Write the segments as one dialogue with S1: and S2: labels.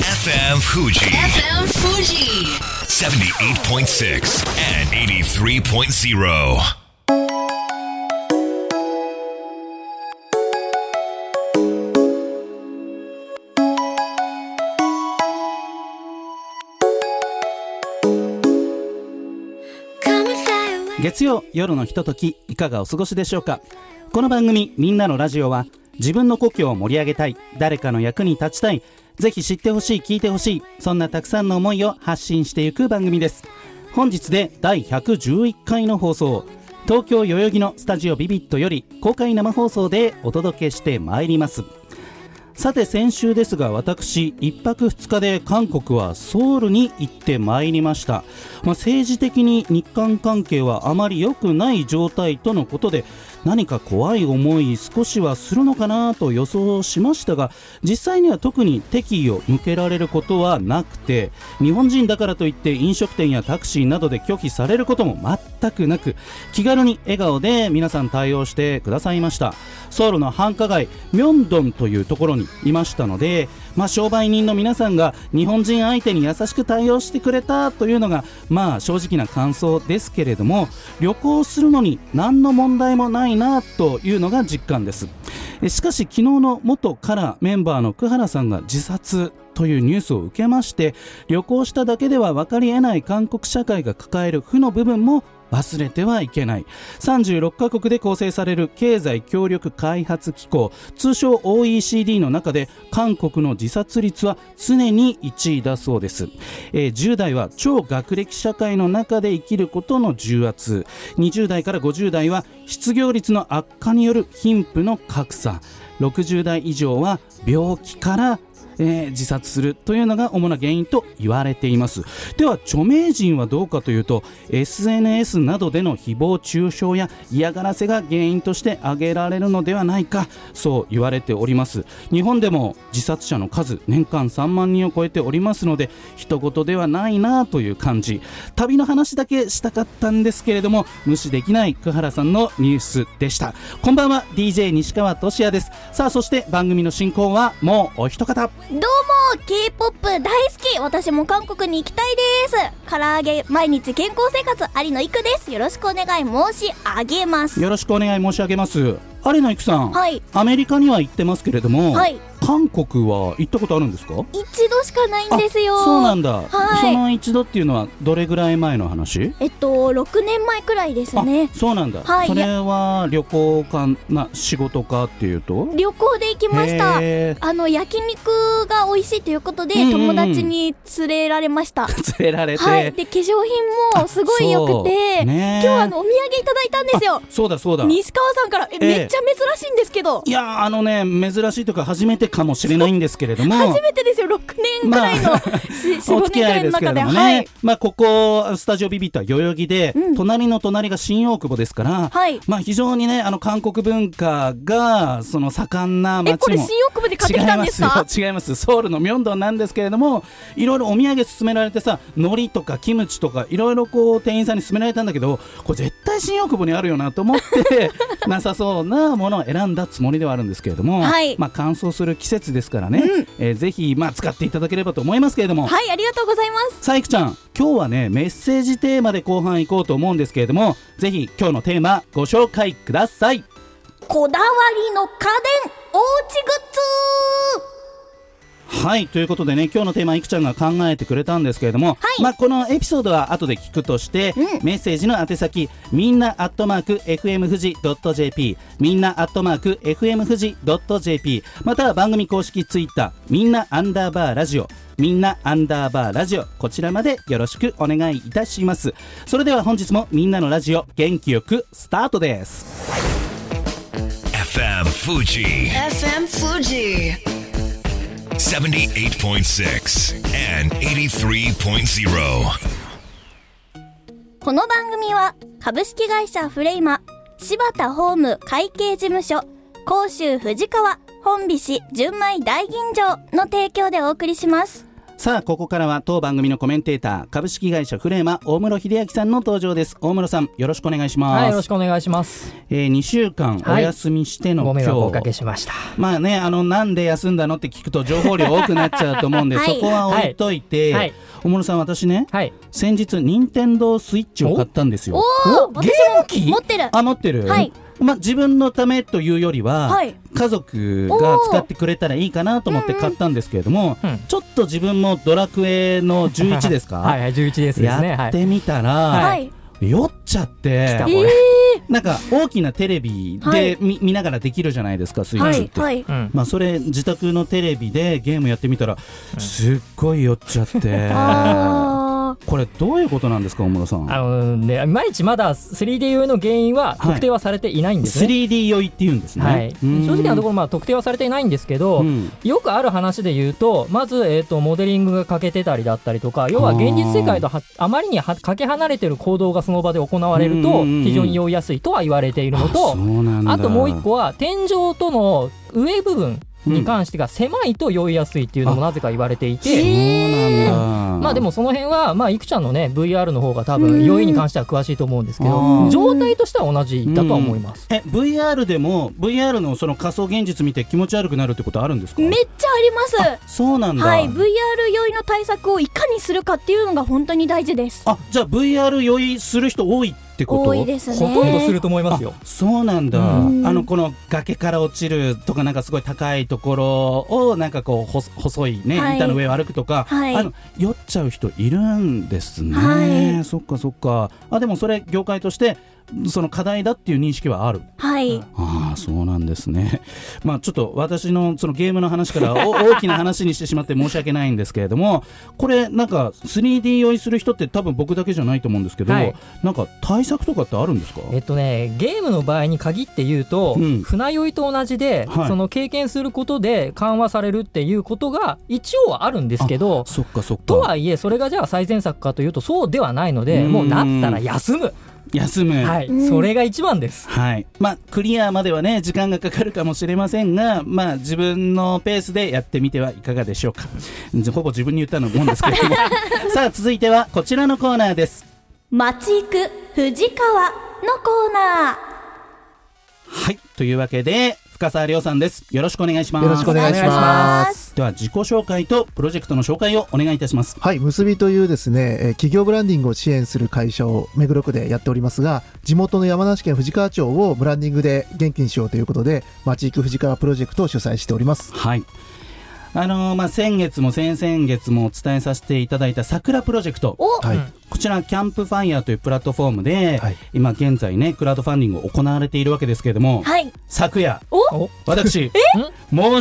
S1: FM Fuji.
S2: FM Fuji.
S1: 78.6 and 83.0.
S3: 月曜夜のひとときいかがお過ごしでしょうかこの番組「みんなのラジオは」自分の故郷を盛り上げたい誰かの役に立ちたいぜひ知ってほしい聞いてほしいそんなたくさんの思いを発信していく番組です本日で第111回の放送東京代々木のスタジオビビットより公開生放送でお届けしてまいりますさて先週ですが私1泊2日で韓国はソウルに行ってまいりました、まあ、政治的に日韓関係はあまり良くない状態とのことで何か怖い思い少しはするのかなと予想しましたが実際には特に敵意を向けられることはなくて日本人だからといって飲食店やタクシーなどで拒否されることも全くなく気軽に笑顔で皆さん対応してくださいましたソウルの繁華街ミョンドンというところにいましたので、まあ、商売人の皆さんが日本人相手に優しく対応してくれたというのが、まあ、正直な感想ですけれども旅行するのに何の問題もないなというのが実感ですえしかし昨日の元カラーメンバーの久原さんが自殺というニュースを受けまして旅行しただけでは分かりえない韓国社会が抱える負の部分も忘れてはいけない36カ国で構成される経済協力開発機構通称 OECD の中で韓国の自殺率は常に1位だそうです、えー10代は超学歴社会の中で生きることの重圧20代から50代は失業率の悪化による貧富の格差60代以上は病気からえー自殺するというのが主な原因と言われていますでは著名人はどうかというと SNS などでの誹謗中傷や嫌がらせが原因として挙げられるのではないかそう言われております日本でも自殺者の数年間3万人を超えておりますので一言ではないなという感じ旅の話だけしたかったんですけれども無視できない久原さんのニュースでしたこんばんは DJ 西川俊也ですさあそして番組の進行はもうお一方
S4: どうも K-POP 大好き私も韓国に行きたいです唐揚げ毎日健康生活ありのいくですよろしくお願い申し上げます
S3: よろしくお願い申し上げます。アレナイクさん、
S4: はい
S3: アメリカには行ってますけれども、
S4: はい
S3: 韓国は行ったことあるんですか？
S4: 一度しかないんですよ
S3: あそうなんだ、
S4: はい
S3: その一度っていうのはどれぐらい前の話？
S4: えっと6年前くらいですね
S3: あ、そうなんだ。
S4: はい
S3: それは旅行かな仕事かっていうと？
S4: 旅行で行きました
S3: へー
S4: あの焼肉が美味しいということで、
S3: うんうんうん
S4: 友達に連れられました
S3: 連れられて、
S4: はいで化粧品もすごい良く
S3: そう
S4: て、
S3: ね
S4: 今日はあのお土産いただいたんですよ
S3: そうだそうだ。
S4: 西川さんからえ、
S3: ええ
S4: めっちゃ珍しいんですけど
S3: いやーあのね珍しいというか初めてかもしれないんですけれども、
S4: 初めてですよ6年くらい
S3: ま
S4: の
S3: あ
S4: し
S3: お
S4: 45
S3: 付
S4: 年く
S3: き合
S4: ら
S3: い
S4: いの
S3: ですけ
S4: 中
S3: れ
S4: で
S3: どもね、
S4: はい
S3: まあ、ここスタジオビビットは代々木で、
S4: うん
S3: 隣の隣が新大久保ですから、
S4: はい
S3: まあ、非常にねあの韓国文化がその盛んな街も
S4: えこれ新大久保で買って
S3: 違い
S4: きたん
S3: ま
S4: です
S3: すよ
S4: か
S3: 違いますソウルのミョンドンなんですけれどもいろいろお土産勧められてさ海苔とかキムチとかいろいろこう店員さんに勧められたんだけどこれ絶対新大久保にあるよなと思って なさそうなものを選んだつもりではあるんですけれども、
S4: はい
S3: まあ、乾燥する季節ですからね、えーぜひまあ使っていただければと思いますけれども、
S4: はいありがとうございます
S3: さあいくちゃん今日はねメッセージテーマで後半行こうと思うんですけれどもぜひ今日のテーマご紹介ください
S4: こだわりの家電おうちグ
S3: はいということでね今日のテーマいくちゃんが考えてくれたんですけれども、
S4: はい
S3: まあ、このエピソードは後で聞くとして、
S4: うん
S3: メッセージの宛先みんなアットマーク FM 富士 .jp みんなアットマーク FM 富士 .jp または番組公式ツイッターみんなアンダーバーラジオみんなアンダーバーラジオこちらまでよろしくお願いいたしますそれでは本日もみんなのラジオ元気よくスタートです
S1: FM Fuji.
S2: FM Fuji.
S1: 78.6 and 83.0.
S4: ッズこの番組は株式会社フレイマ柴田ホーム会計事務所甲州藤川本美市純米大吟醸の提供でお送りします
S3: さあここからは当番組のコメンテーター株式会社フレーマ大室秀明さんの登場です大室さんよろしくお願いします、
S5: はい、よろしくお願いします。
S3: えー、2週間お
S5: はい
S3: 休みしての
S5: ご
S3: 今
S5: 迷
S3: 日、
S5: 惑をおかけしました。
S3: まあねあのなんで休んだのって聞くと情報量多くなっちゃうと思うんで、
S4: はい
S3: そこは置いといて、
S5: はいはい
S3: 大室さん私ね
S5: はい。
S3: 先日任天堂スイッチを買ったんですよ
S4: おお
S5: おゲーム機
S4: 持ってる
S3: あ持ってる、
S4: はい
S3: まあ、自分のためというよりは、
S4: はい
S3: 家族が使ってくれたらいいかなと思って買ったんですけれども、
S5: うんうん
S3: ちょっと自分も「ドラクエ」の11ですか
S5: はいはい、11ですですね。
S3: や
S5: は
S3: っ
S5: い。
S3: てみたら、
S4: はい
S3: 酔っちゃって
S5: 来
S4: え
S5: たこれ
S3: なんか大きなテレビで、
S4: はい
S3: み見ながらできるじゃないですかス
S4: ー
S3: イッ
S4: は
S3: チっ
S4: い
S3: て。
S4: はい
S5: うん。
S3: まあそれ自宅のテレビでゲームやってみたらすっごい酔っちゃって
S4: あ
S3: これどういうことなんですか小室さん
S5: あのね、いまいちまだ 3D 酔いの原因は特定はされていないんですね。
S3: 3D 酔いっていうんですね、
S5: はい。正直なところ、まあ、特定はされていないんですけど、
S3: うん
S5: よくある話で言うと、まず、えっ、と、モデリングが欠けてたりだったりとか、要は現実世界とはあまりにはかけ離れてる行動がその場で行われる
S3: うんうん
S5: と、
S3: うんうん
S5: 非常に酔いやすいとは言われているのと、
S3: うなんだ
S5: あともう一個は天井との上部分に関してが狭いと酔いやすいっていうのもなぜか言われてい
S3: そう
S5: て、
S3: なんだ
S5: まあでもその辺はまあいくちゃんのね VR の方が多分酔いに関しては詳しいと思うんですけ
S3: あー
S5: ど状態としては同じだとは思います。
S3: え VR でも VR のその仮想現実見て気持ち悪くなるってことあるんですか
S4: ーめっちゃあります
S3: そうなんだ、
S4: はい VR 酔いの対策をいかにするかっていうのが本当に大事です
S3: あじゃあ VR 酔いする人多いってこと
S4: 多いですね
S5: ほとんどすると思いますよ。
S3: そうなんだ、
S5: うん
S3: あのこの崖から落ちるとかなんかすごい高いところをなんかこうほ細いね、
S4: はい
S3: 板の上を歩くとか、
S4: はい
S3: あの酔っちゃう人いるんですね、
S4: はい
S3: そっかそっかあでもそれ業界としてその課題だっていう認識はある
S4: はい
S3: ああそうなんですね。 まあちょっと私のそのゲームの話からお 大きな話にしてしまって申し訳ないんですけれどもこれなんか 3D 酔いする人って多分僕だけじゃないと思うんですけど、
S5: はい
S3: なんか対策とかってあるんですか
S5: えっとね、ゲームの場合に限って言うと、
S3: うん
S5: 船酔いと同じで、
S3: はい
S5: その経験することで緩和されるっていうことが一応はあるんですけど
S3: そっかそっか。
S5: とはいえそれがじゃあ最善策かというとそうではないので
S3: うん
S5: もうなったら休む、
S3: 休む。
S5: はい
S4: うん
S5: それが一番です
S3: はいまあ、クリアまではね時間がかかるかもしれませんが、まあ、自分のペースでやってみてはいかがでしょうかほぼ自分に言ったのもんですけれ どもさあ続いてはこちらのコーナーです
S4: 街行く藤川のコーナー
S3: はいというわけで深澤亮さんですよろしくお願いします
S6: よろしくお願いし
S4: お願い
S6: ま。
S4: します
S3: では自己紹介とプロジェクトの紹介をお願いいたします
S6: はい、結びというですね、えー企業ブランディングを支援する会社を目黒区でやっておりますが、地元の山梨県富士川町をブランディングで元気にしようということで、街行く富士川プロジェクトを主催しております。
S3: はいあのーまあ、先月も先々月もお伝えさせていただいた桜プロジェクト
S4: お
S6: はい。
S3: こちらキャンプファイヤーというプラットフォームで、
S6: はい
S3: 今現在ねクラウドファンディングを行われているわけですけれども、
S4: はい
S3: 昨夜
S4: お
S5: お
S3: 私申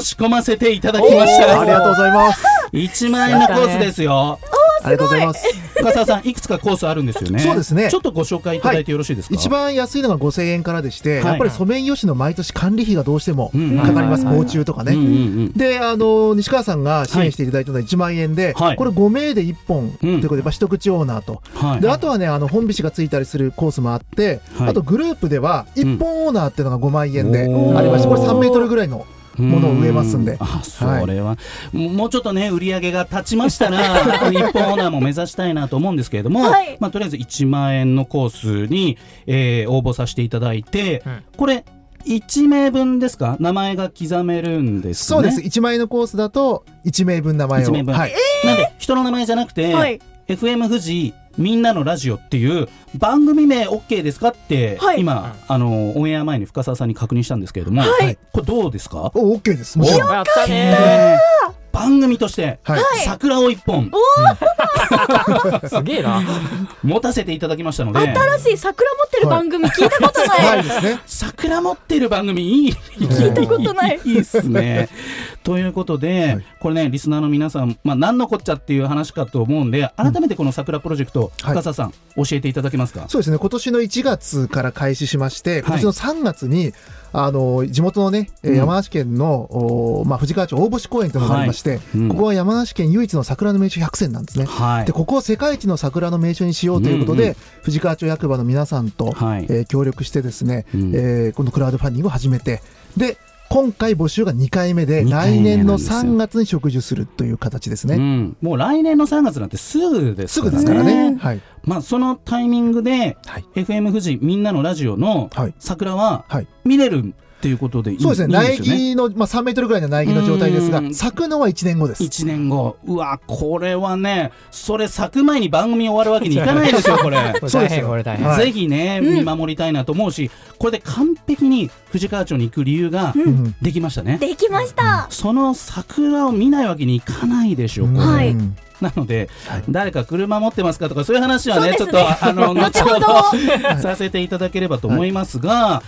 S3: し込ませていただきまし
S6: ありが
S3: た
S6: とうございます。
S3: 1万円のコースですよ
S6: ありがとうございます。
S3: 深澤さんいくつかコースあるんですよね
S6: そうですね
S3: ちょっとご紹介いただいてよろしいですか、
S6: 一番安いのが5000円からでして、
S3: はい
S6: やっぱりソメイヨシノ毎年管理費がどうしても
S3: うん
S6: かかります。
S5: はい
S6: 防虫とかね。
S3: うんうんうん
S6: で、あの、西川さんが支援していただいたのは1万円で、
S3: はい
S6: これ5名で1本ということで、まあ一口オーナーと。
S3: はい
S6: で、あとはね、あの、本菱がついたりするコースもあって、
S3: はい
S6: あとグループでは、1本オーナーっていうのが5万円で
S3: うん
S6: ありまして、これ
S3: おー
S6: 3メートルぐらいの。ものを植えますんで
S3: うあそれは、ももうちょっとね売り上げが立ちましたら日本オーナーも目指したいなと思うんですけれども、
S4: はい
S3: まあ、とりあえず1万円のコースに、えー応募させていただいて、
S5: うん
S3: これ1名分ですか名前が刻めるんですね
S6: そうです。1枚のコースだと、1名分名前を。
S3: 一名分
S6: はい。
S3: なんで人の名前じゃなくて、
S4: はい
S3: FM 富士みんなのラジオっていう番組名 OK ですかって、
S4: はい
S3: 今あのオンエア前に深澤さんに確認したんですけれども、はいこれどうですか
S6: お、OK です。もちろん。
S5: やった
S3: え
S5: ね
S3: ー番組として、
S6: はい
S3: 桜を一本
S5: すげえな
S3: 持たせていただきましたので
S4: 新しい桜持ってる番組聞いたことない、
S6: はいですね。
S3: 桜持ってる番組 いい聞
S4: いたことない
S3: いいっす ね。ということで、
S6: はい
S3: これねリスナーの皆さん、まあ、何のこっちゃっていう話かと思うんで改めてこの桜プロジェクト、
S6: はい
S3: 深澤さん教えていただけますか、
S6: そうですね。今年の1月から開始しまして、今年
S3: は
S6: の3月に、あの、地元のね、えー
S3: うん
S6: 山梨県の、おまあ、富士川町大星公園というのがありまして、
S3: うん
S6: ここは山梨県唯一の桜の名所100選なんですね。
S3: はい
S6: でここを世界一の桜の名所にしようということで、
S3: うんうん
S6: 藤川町役場の皆さんと、
S3: はい
S6: えー協力してですね、
S3: うん
S6: えーこのクラウドファンディングを始めてで今回募集が2回目で、
S3: 二回
S6: 来
S3: 目
S6: 年
S3: なん
S6: の
S3: ですよ
S6: 3月に植樹するという形です
S3: う
S6: ね。
S3: ん、もう来年の3月なんてすぐです
S6: ぐですからね。はい。
S3: まあ、そのタイミングで、
S6: はい
S3: FM 富士みんなのラジオの
S6: はい
S3: 桜は
S6: はい
S3: 見れるっていうことでいい
S6: そうですね。
S3: いいん
S6: 苗
S3: ですよね
S6: 木の、まあ、3メートルぐらいの苗木の状態です
S3: う
S6: が、
S3: ん
S6: 咲くのは1年後です。
S3: 1年後うわこれはねそれ咲く前に番組終わるわけにいかないですよ これ
S5: これ
S6: そ
S5: 大
S6: うです
S5: 変
S6: よ
S5: これ大変
S6: はい
S3: ぜひね、見守りたいなと思うしこれで完璧に藤川町に行く理由が
S6: ん
S3: できましたね、
S4: できました。
S3: その桜を見ないわけにいかないでしょう、
S6: うん
S3: これ
S4: はい
S3: なので、誰か車持ってますかとかそういう話はねち
S4: そ
S3: ょ
S4: う
S3: っ
S4: です
S3: と
S4: ね
S3: あの後ほど
S4: 後
S3: させていただければと思いますが、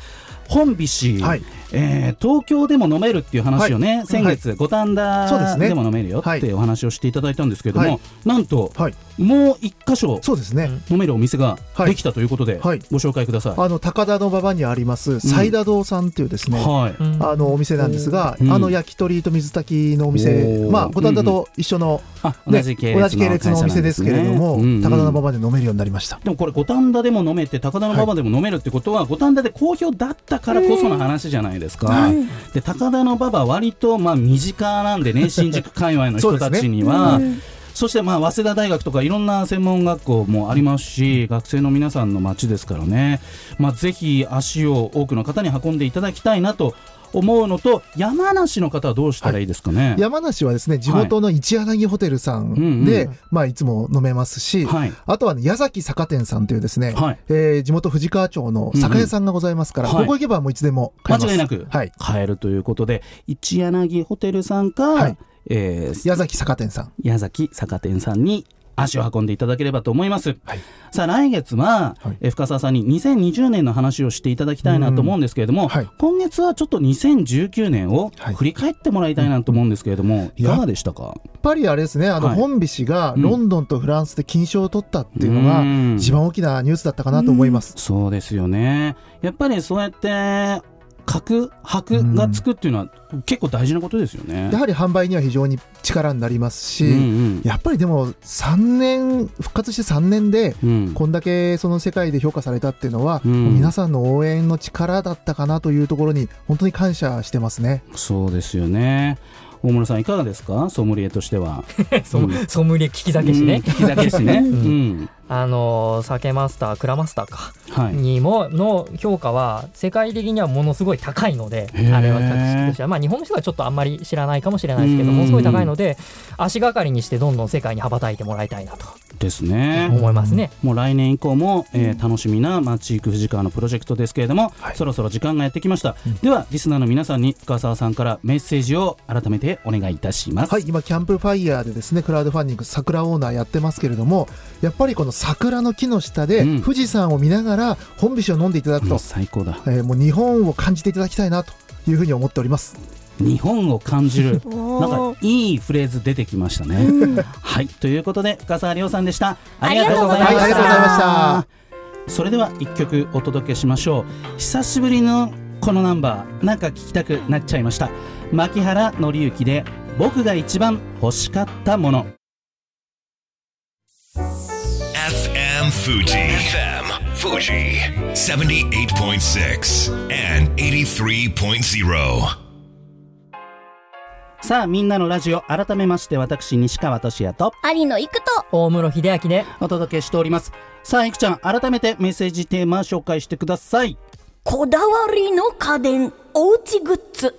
S3: 本菱、
S6: はい
S3: えー東京でも飲めるっていう話をね、先月、五反
S6: そうで
S3: 田
S6: すね
S3: でも飲めるよ
S6: は
S3: っ
S6: い
S3: てお話をしていただいたんですけれども、
S6: はい
S3: なんと、
S6: はい。
S3: もう一箇所
S6: そうですね。
S3: 飲めるお店が
S6: はい
S3: できたということで、
S6: はい
S3: ご紹介ください。は
S6: あの、高田の馬場にあります、斉田堂さんっていうです
S3: い、
S6: ね、
S5: うん
S6: あのお店なんですが、
S3: うん
S6: あの焼き鳥と水炊きのお店、
S3: おー
S6: まあ、五反田と一緒の、
S3: あ同
S6: ね
S3: じ系列の,、
S6: 同じ系列のお店ですけれども、高田の馬
S3: 場
S6: 場で飲めるようになりました。
S3: でもこれ五反田でも飲めて高田の馬場でも飲めるってことは五反田で好評だったからこその話じゃないですか、で高田の馬場割とまあ身近なんでね新宿界隈の人たちにはそ,、してまあ早稲田大学とかいろんな専門学校もありますし学生の皆さんの街ですからね、まあ、ぜひ足を多くの方に運んでいただきたいなと思うのと山梨の方はどうしたらいいですかね、
S6: 山梨はですね、地元の一柳ホテルさん
S3: はい
S6: で、
S3: うん
S6: まあ、いつも飲めますし、
S3: はい
S6: あとは、ね、矢崎酒店さんというですね、
S3: はい
S6: えー地元藤川町の酒屋さんがございますから、
S3: うんうんはい
S6: ここ行けばもういつでも買えます。
S3: 間違いなく
S6: はい。
S3: 買えるということで一柳ホテルさんか、
S6: はい
S3: えー
S6: 矢崎酒店さん。
S3: 矢崎酒店さんに足を運んでいただければと思います、
S6: はい
S3: さあ来月は、
S6: はい
S3: えー深澤さんに2020年の話をしていただきたいなと思うんですけれども、
S6: うんはい
S3: 今月はちょっと2019年を
S6: はい
S3: 振り返ってもらいたいなと思うんですけれども、い、かがでしたか
S6: やっぱりあれですね、あの、
S3: はい
S6: 本菱が
S3: うん
S6: ロンドンとフランスで金賞を取ったっていうのが、
S3: うん
S6: 一番大きなニュースだったかなと思います。
S3: そうですよねやっぱりそうやって格箔がつくっていうのは結構大事なことですよね。
S6: やはり販売には非常に力になりますし、
S3: うん
S6: やっぱりでも3年復活して3年で
S3: うんうん
S6: こんだけその世界で評価されたっていうのは、
S3: うん
S6: 皆さんの応援の力だったかなというところに本当に感謝してますね。
S3: そうですよね大村さんいかがですかソムリエとしては。
S5: ソムソムリエ聞き酒師ね、
S3: うん聞き酒師ね。うん
S5: あの酒マスター蔵マスターか
S3: はい。
S5: にもの評価は世界的にはものすごい高いので
S3: へー
S5: あれは私としてはまあ日本の人はちょっとあんまり知らないかもしれないですけど
S3: うん
S5: ものすごい高いので足がかりにしてどんどん世界に羽ばたいてもらいたいなと
S3: ですね。
S5: 思いますね。
S3: もう来年以降も、えー楽しみな街行く藤川のプロジェクトですけれども、
S6: はい
S3: そろそろ時間がやってきました、ではリスナーの皆さんに深澤さんからメッセージを改めてお願いいたします
S6: はい、今キャンプファイヤーでですねクラウドファンディング桜オーナーやってますけれどもやっぱりこの桜の木の下で
S3: うん
S6: 富士山を見ながら本菱を飲んでいただく
S3: もう
S6: と、
S3: 最高だ
S6: えーもう日本を感じていただきたいなというふうに思っております。
S3: 日本を感じ る
S4: おー
S3: なんかいいフレーズ出てきましたね、はいということで深澤亮さんでしたありがとうございました
S6: はいありがとうございました
S3: それでは一曲お届けしましょう久しぶりのこのナンバーなんか聞きたくなっちゃいました牧原紀之で僕が一番欲しかったもの
S1: FM Fuji. FM Fuji. 78.6 and 83.0.
S3: さあみんなのラジオ改めまして私西川俊也と
S4: ありのいくと。
S5: 大室秀明で
S3: お届けしておりますさあいくちゃん改めてメッセージテーマ紹介してください
S4: こだわりの家電、おうちグッズ。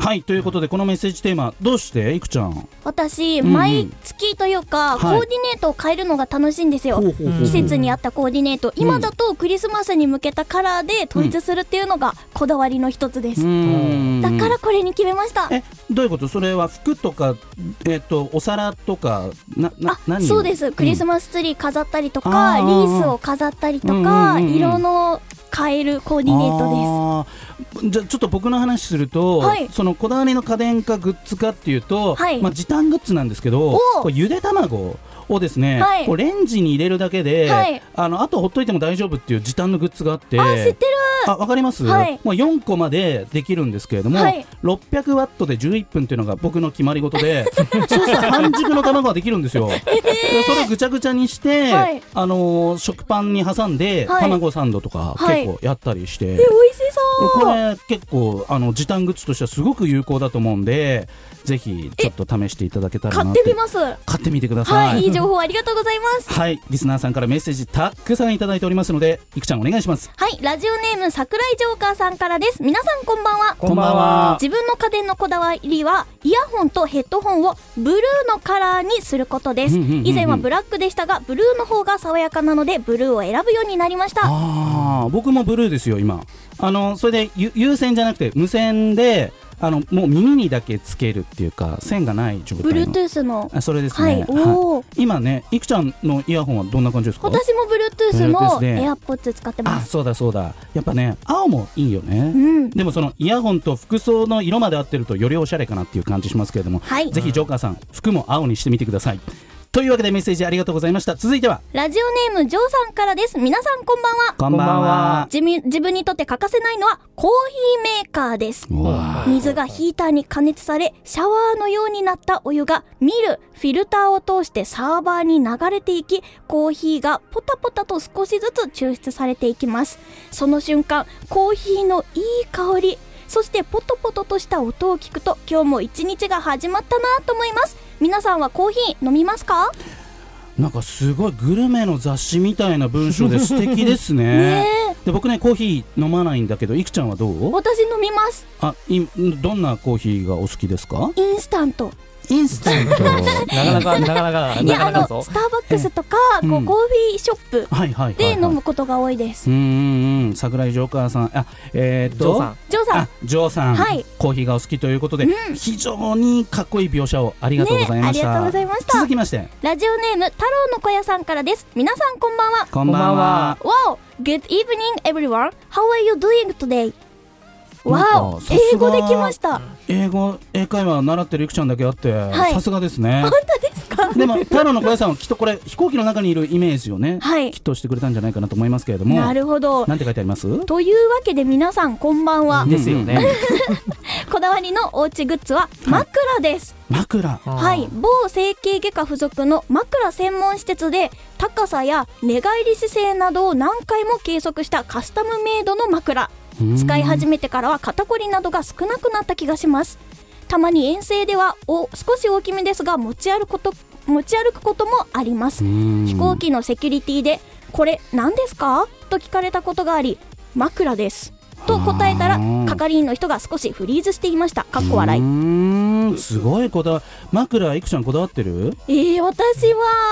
S3: はいということでこのメッセージテーマどうしていくちゃん
S4: 私、
S3: んうん
S4: 毎月というか、
S3: い
S4: コーディネートを変えるのが楽しいんですよ。季節に合ったコーディネート、今だとクリスマスに向けたカラーで統一するっていうのがこだわりの一つです。だからこれに決めました。
S3: えどういうことそれは服とかえっ、とお皿とかなな
S4: あ
S3: 何
S4: そうですクリス
S3: マ
S4: マスツリー飾ったりと
S3: あ
S4: か、
S3: ー
S4: リースを飾ったりとか、
S3: うんうんうんうん
S4: 色の変えるコーディネート
S3: トですじゃあちょっと僕の話すると、
S4: はい
S3: そのこだわりの家電かグッズかっていうと、
S4: はい
S3: まあ、時短グッズなんですけど
S4: お
S3: こうゆで卵をですね、
S4: はい
S3: こうレンジに入れるだけで、
S4: はい
S3: あのあとほっといても大丈夫っていう時短のグッズがあっ
S4: で
S3: て
S4: す。あ知ってる
S3: あわかります、
S4: はい
S3: もう4個までできるんですけれども、
S4: はい
S3: 600ワットで11分っていうのが僕の決まり事 でそうしたら半熟の卵ができるんですよ、でそれをぐちゃぐちゃにして、
S4: はい
S3: あのー食パンに挟んで、
S4: はい
S3: 卵サンドとか
S4: はい
S3: 結構やったりして、
S4: え美味しそう
S3: これ結構あの時短グッズとしてはすごく有効だと思うんでぜひちょっと試していただけたらな
S4: 買ってみ
S3: す
S4: ますは
S3: 買ってみてくださ
S4: いい
S3: い
S4: い情報ありがとうございます
S3: はいリスナーさんからメッセージたくさんいただいておりますのでいくちゃんお願いします
S4: はいラジオネーム桜井ジョーカーさんからです皆さんこんばんは
S5: こんばんは
S4: 自分の家電のこだわりはイヤホンとヘッドホンをブルーのカラーにすることです
S3: うんうんうんうん
S4: 以前はブラックでしたがブルーの方が爽やかなのでブルーを選ぶようになりました
S3: ああ僕もブルーですよ今あのそれでゆ有線じゃなくて無線であのもう耳にだけつけるっていうか線がない状態の
S4: Bluetooth の
S3: あそれです
S4: は
S3: ね、
S4: いおお
S3: 今ねいくちゃんのイヤホンはどんな感じですか
S4: 私も Bluetooth の
S3: Bluetooth で
S4: AirPods 使ってま
S3: あ
S4: す
S3: そうだそうだやっぱね青もいいよね、
S4: うん
S3: でもそのイヤホンと服装の色まで合ってるとよりおしゃれかなっていう感じしますけれども、
S4: はい
S3: ぜひジョーカーさん服も青にしてみてくださいというわけでメッセージありがとうございました続いては
S4: ラジオネームジョーさんからです皆さんこんばんは
S3: こ
S5: んばんは
S4: 自分自分にとって欠かせないのはコーヒーメーカーです
S3: うわ
S4: 水がヒーターに加熱されシャワーのようになったお湯がミルフィルターを通してサーバーに流れていきコーヒーがポタポタと少しずつ抽出されていきますその瞬間コーヒーのいい香りそしてポトポトとした音を聞くと今日も一日が始まったなと思います皆さんはコーヒー飲みますか
S3: なんかすごいグルメの雑誌みたいな文章で素敵ですね
S4: ね
S3: で僕ねコーヒー飲まないんだけどいくちゃんはどう
S4: 私飲みます
S3: あいどんなコーヒーがお好きですか
S4: インスタント
S3: インスタント
S5: なかなか、なかなか、
S4: い
S5: な
S4: や
S5: か
S4: あ
S5: なか
S4: の
S5: ぞ
S4: ス。ターバックスとか、
S3: うん
S4: こうコーヒーショップ
S3: はいはいはい、はい、
S4: で飲むことが多いです、
S3: うんうんうん桜井ジョーカーさんあえー、っ
S5: ジョー
S3: と
S5: さん。
S4: ジョーさん
S3: あジョーさん、
S4: はい
S3: コーヒーがお好きということで、
S4: うん
S3: 非常にかっこいい描写をありがとうございました、
S4: ねありがとうございました
S3: 続きまして
S4: ラジオネーム太郎の小屋さんからです皆さんこんばんは
S3: こんばんは
S4: Wow Good evening everyone How are you doing today?
S3: なん
S4: わ
S3: かさすが
S4: 英語できました
S3: 英語英会話習ってるいくちゃんだけあって、
S4: い
S3: さすがで すね
S4: 本当ですか
S3: でも太郎の小屋さんはきっとこれ飛行機の中にいるイメージをね、
S4: はい
S3: きっとしてくれたんじゃないかなと思いますけれども
S4: なるほど
S3: なんて書いてあります
S4: というわけで皆さんこんばんは
S5: ですよね
S3: うんうん
S4: こだわりのおうちグッズは枕です
S3: 枕
S4: はい、某整形外科附属の枕専門施設で高さや寝返り姿勢などを何回も計測したカスタムメイドの枕使い始めてからは肩こりなどが少なくなった気がしますたまに遠征ではお少し大きめですが持ち歩くこと持ち歩くこともあります飛行機のセキュリティで「これ何ですか?」と聞かれたことがあり「枕です」と答えたら
S3: うん
S4: 係員の人が少しフリーズしていましたかっこ笑
S3: う
S4: い
S3: ーんすごいこだわ枕いくちゃんこだわってる
S4: えー、私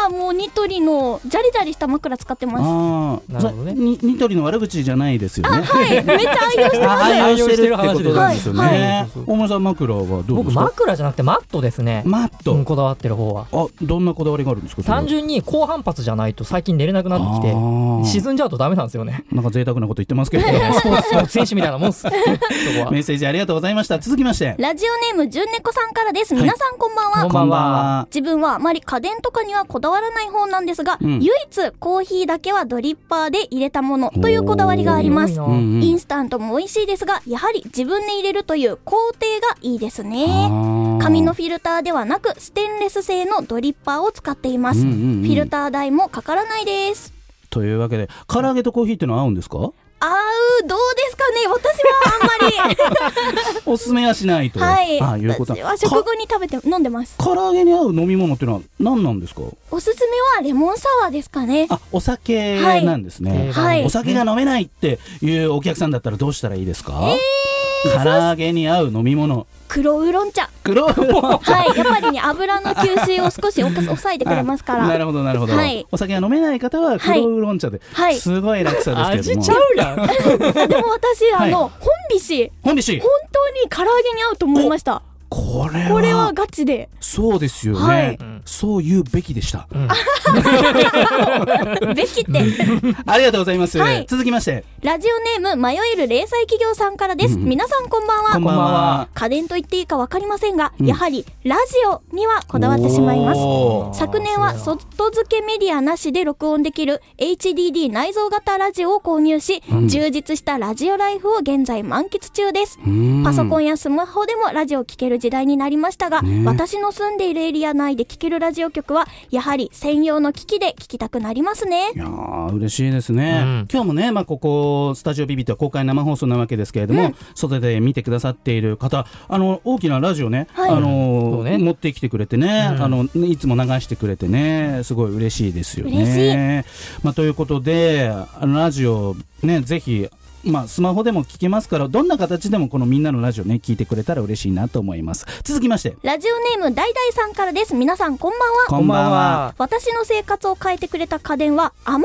S4: はもうニトリのジャリジャリした枕使ってます。
S3: ああ
S5: なるほどね
S3: にニトリの悪口じゃないですよね
S4: はい、めっちゃ愛用して
S3: あ
S4: ます。
S3: 愛用してるってことなんですよ
S4: はい
S5: は
S3: ね
S5: い。
S3: 大村さん枕はどうで
S5: 僕、
S3: すか？
S5: 枕じゃなくてマットですね。
S3: マッ
S5: う
S3: ト。
S5: んこだわってる方は。
S3: あ、どんなこだわりがあるんですか？それは
S5: 単純に高反発じゃないと最近寝れなくなって
S3: あー
S5: きて、沈んじゃうとダメなんですよね。
S3: なんか贅沢なこと言ってますけれ ど
S5: スポ
S3: も。
S5: ーツ、スポーツ選手みたいなもんっす。そこは
S3: メッセージありがとうございました。続きまして。
S4: ラジオネームじゅんねこさんからです。皆さんこんばんは。
S5: こんばんは。
S4: 自分はあまり家電とかにはこだわらない方なんですが、
S3: うん
S4: 唯一コーヒーだけはドリッパーで入れたものというこだわりがあります。
S3: うんうん
S4: インスタントも美味しいですが、やはり自分で入れるという工程がいいですね。紙の。フィルターではなくステンレス製のドリッパーを使っています。
S3: うんうんうん
S4: フィルター代もかからないです。
S3: というわけで、唐揚げとコーヒーってのは合うんですか？
S4: あうどうですかね私はあんまり
S3: おすすめはしないと。
S4: はい
S3: あ、いうこと
S4: 私は食後
S3: か
S4: に食べて飲んでます
S3: 唐揚げに合う飲み物ってのは何なんですか？
S4: おすすめはレモンサワーですかね
S3: あ、お酒なんですね。
S4: はい
S3: お酒が飲めないっていうお客さんだったらどうしたらいいですか？唐揚げに合う飲み物。
S4: 黒ウーロン茶
S3: 黒。
S4: はいやっぱりね油の吸収を少しおか抑えてくれますか
S3: あなる
S4: ら
S3: ほどなるほど、
S4: はい
S3: お酒が飲めない方は黒ウーロン茶で、
S4: はいはい
S3: すごい楽さですけれ
S5: 味
S3: ども、
S5: ちゃうやん。
S4: あでも私
S3: は
S4: あ
S3: い
S4: の本美氏
S3: 本日
S4: 本当に唐揚げに合うと思いました
S7: こ
S3: こ
S7: れは
S4: これはガチ で
S7: そうですよね、
S4: はい
S5: うん
S7: そう言うべきでした
S5: うん
S4: べきって
S3: ありがとうございます、
S4: はい
S3: 続きまして
S4: ラジオネーム迷える零細企業さんからです、
S3: うんうん
S4: 皆さんこんばんは
S3: こんばんは
S4: 家電と言っていいか分かりませんが、
S3: うん
S4: やはりラジオにはこだわってしまいます
S7: おー
S4: 昨年は外付けメディアなしで録音できる HDD 内蔵型ラジオを購入し、
S3: うん
S4: 充実したラジオライフを現在満喫中です、パソコ
S3: ン
S4: ンやスマホでもラジオを聴ける時代になりましたが、
S3: ね
S4: 私の住んでいるエリア内で聴けるラジオ局はやはり専用の機器で聴きたくなりますね
S3: いやー嬉しいですね、
S5: うん
S3: 今日もね、まあ、ここスタジオビビットは公開生放送なわけですけれども、外で見てくださっている方あの大きなラジオね,、
S4: はい
S3: あの
S5: そうね
S3: 持ってきてくれてね、
S5: うん
S3: あのいつも流してくれてねすごい嬉しいですよ
S4: 嬉
S3: ね。まあ、ということであのラジオねぜひまあ、スマホでも聞けますからどんな形でもこのみんなのラジオね聞いてくれたら嬉しいなと思います続きまして
S4: ラジオネームダイダイさんからです皆さんこんばんは
S3: こんばんは
S4: 私の生活を変えてくれた家電は Amazon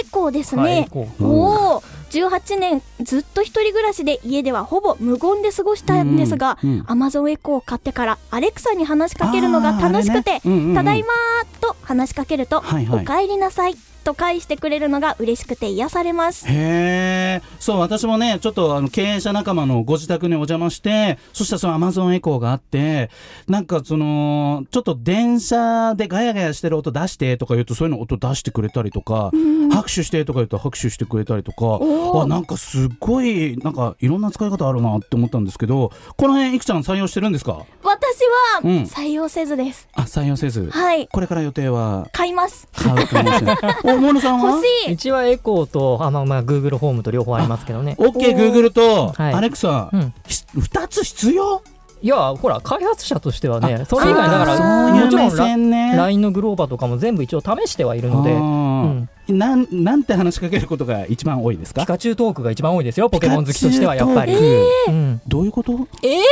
S4: エコーですね、
S5: はいこう
S4: おお18年ずっと一人暮らしで家ではほぼ無言で過ごしたんですが、
S3: うんうん
S4: Amazon エコーを買ってからアレクサに話しかけるのが楽しくて
S3: あーあれねうんうんうん
S4: ただいまー」と話しかけると「
S3: はいはい
S4: おかえりなさい」と返してくれるのが嬉しくて癒されます
S3: へえそう私もねちょっとあの経営者仲間のご自宅にお邪魔してそしたらそのアマゾンエコーがあってなんかそのちょっと電車でガヤガヤしてる音出してとか言うとそういうの音出してくれたりとか、拍手してとか言うと拍手してくれたりとか
S4: おー
S3: あなんかすごいなんかいろんな使い方あるなって思ったんですけどこの辺いくちゃん採用してるんですか
S4: 私は
S3: うん
S4: 採用せずです、
S3: あ採用せず、
S4: はい
S3: これから予定は
S4: 買います
S3: 買うかも しれないおモノさんは
S4: 欲し
S5: う
S4: い
S5: ちはエコーとあまあまあ Google ホームと両方ありますけどね
S3: OKGoogle と
S5: はい
S3: アレクサ、
S5: うん
S3: ひ2つ必要
S5: いやほら開発者としてはねそれ以外だか
S3: そ
S5: ら
S3: ういう
S5: もちろ
S3: 目
S5: んラ
S3: 線ね
S5: LINE のグローバとかも全部一応試してはいるので、うん、
S3: で、なん、なんて話しかけることが一番多いです
S5: ピ
S3: か。
S5: カチュウトークが一番多いですよポケモン好きとしてはやっぱり
S3: ピカチュウトーク
S5: うん
S3: どういうこと？
S4: 変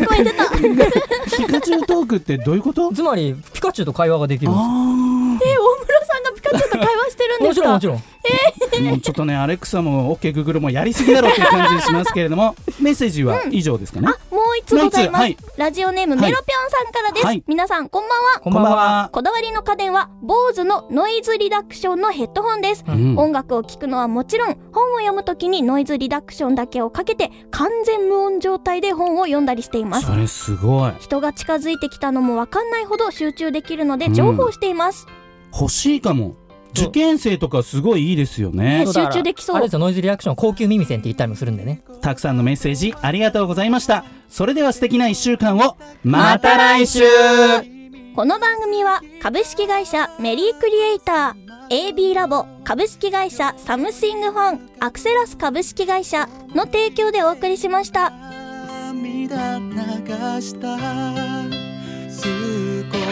S4: な声出たえ
S3: ピカチュウトークってどういう こと？
S5: つまりピカチュウと会話ができるんです
S3: あ
S4: 大室さんがピカチュウと会話してるん
S5: も
S4: で
S5: ち
S4: す
S5: ろん
S4: か
S5: もちろん
S3: あ、もうちょっとね、アレクサもオッケーグーグルもやりすぎだろうっていう感じしますけれど も、メッセージは以上ですかね。
S4: あもう一つございます、
S3: もう一
S4: ラジオネームメロぴょんさんからです、
S3: はい
S4: 皆さんこんばんは
S5: こんばんは。
S4: こだわりの家電は BOSE のノイズリダクションのヘッドホンです、
S3: うん
S4: 音楽を聴くのはもちろん本を読むときにノイズリダクションだけをかけて完全無音状態で本を読んだりしています
S3: それすごい。
S4: 人が近づいてきたのもわかんないほど集中できるので重宝しています、
S3: 欲しいかも。受験生とかすごいいいですよね
S4: ね。
S5: そうだから
S4: 集中できそう
S5: あれですよノイズリアクション高級耳栓って言ったりもするんでね
S3: たくさんのメッセージありがとうございました。それでは素敵な一週間をまた来週。
S4: この番組は株式会社メリークリエイター AB ラボ株式会社サムシングファンアクセラス株式会社の提供でお送りしました
S8: 涙流した健やか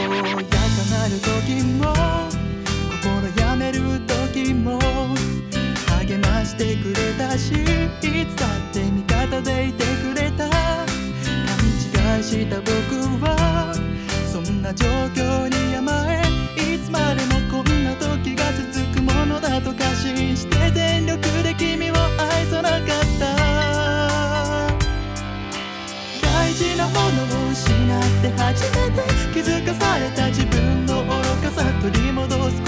S8: なる時も心やめる時も励ましてくれたしいつだって味方でいてくれた勘違いした僕はそんな状況に甘えいつまでもこんな時が続くものだと過信して全力で君を愛さなかった大事なものを失って初めて気づかされた自分の愚かさ取り戻すこ